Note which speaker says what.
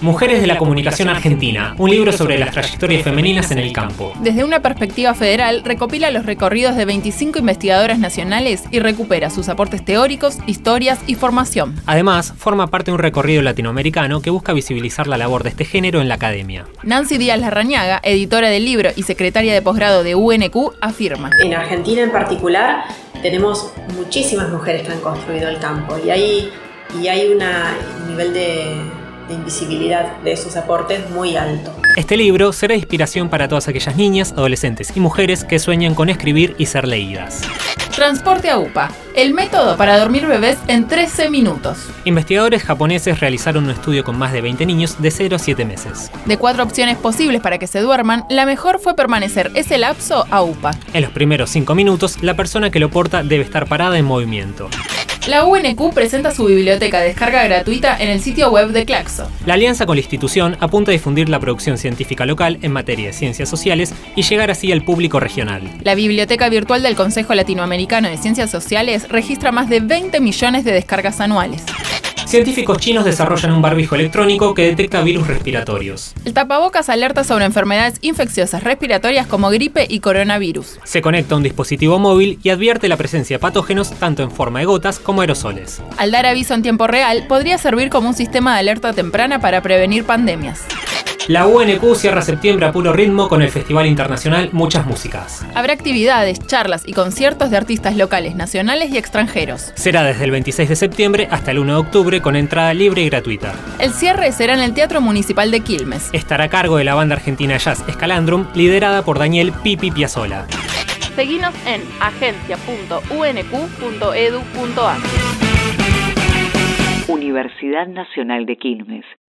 Speaker 1: Mujeres de la Comunicación Argentina, un libro sobre las trayectorias femeninas en el campo.
Speaker 2: Desde una perspectiva federal, recopila los recorridos de 25 investigadoras nacionales y recupera sus aportes teóricos, historias y formación.
Speaker 1: Además, forma parte de un recorrido latinoamericano que busca visibilizar la labor de este género en la academia.
Speaker 2: Nancy Díaz Larrañaga, editora del libro y secretaria de posgrado de UNQ, afirma.
Speaker 3: En Argentina en particular tenemos muchísimas mujeres que han construido el campo y hay, y hay una, un nivel de, de invisibilidad de esos aportes muy alto.
Speaker 1: Este libro será inspiración para todas aquellas niñas, adolescentes y mujeres que sueñan con escribir y ser leídas.
Speaker 2: Transporte a UPA, el método para dormir bebés en 13 minutos.
Speaker 1: Investigadores japoneses realizaron un estudio con más de 20 niños de 0 a 7 meses.
Speaker 2: De cuatro opciones posibles para que se duerman, la mejor fue permanecer ese lapso a UPA.
Speaker 1: En los primeros 5 minutos, la persona que lo porta debe estar parada en movimiento.
Speaker 2: La UNQ presenta su biblioteca de descarga gratuita en el sitio web de Claxo.
Speaker 1: La alianza con la institución apunta a difundir la producción científica local en materia de ciencias sociales y llegar así al público regional.
Speaker 2: La biblioteca virtual del Consejo Latinoamericano de Ciencias Sociales registra más de 20 millones de descargas anuales.
Speaker 1: Científicos chinos desarrollan un barbijo electrónico que detecta virus respiratorios.
Speaker 2: El tapabocas alerta sobre enfermedades infecciosas respiratorias como gripe y coronavirus.
Speaker 1: Se conecta a un dispositivo móvil y advierte la presencia de patógenos tanto en forma de gotas como aerosoles.
Speaker 2: Al dar aviso en tiempo real, podría servir como un sistema de alerta temprana para prevenir pandemias.
Speaker 1: La UNQ cierra septiembre a puro ritmo con el Festival Internacional Muchas Músicas.
Speaker 2: Habrá actividades, charlas y conciertos de artistas locales, nacionales y extranjeros.
Speaker 1: Será desde el 26 de septiembre hasta el 1 de octubre con entrada libre y gratuita.
Speaker 2: El cierre será en el Teatro Municipal de Quilmes.
Speaker 1: Estará a cargo de la banda argentina Jazz Escalandrum, liderada por Daniel Pipi Piazzola.
Speaker 2: Seguinos en agencia.unq.edu.ar.
Speaker 4: Universidad Nacional de Quilmes.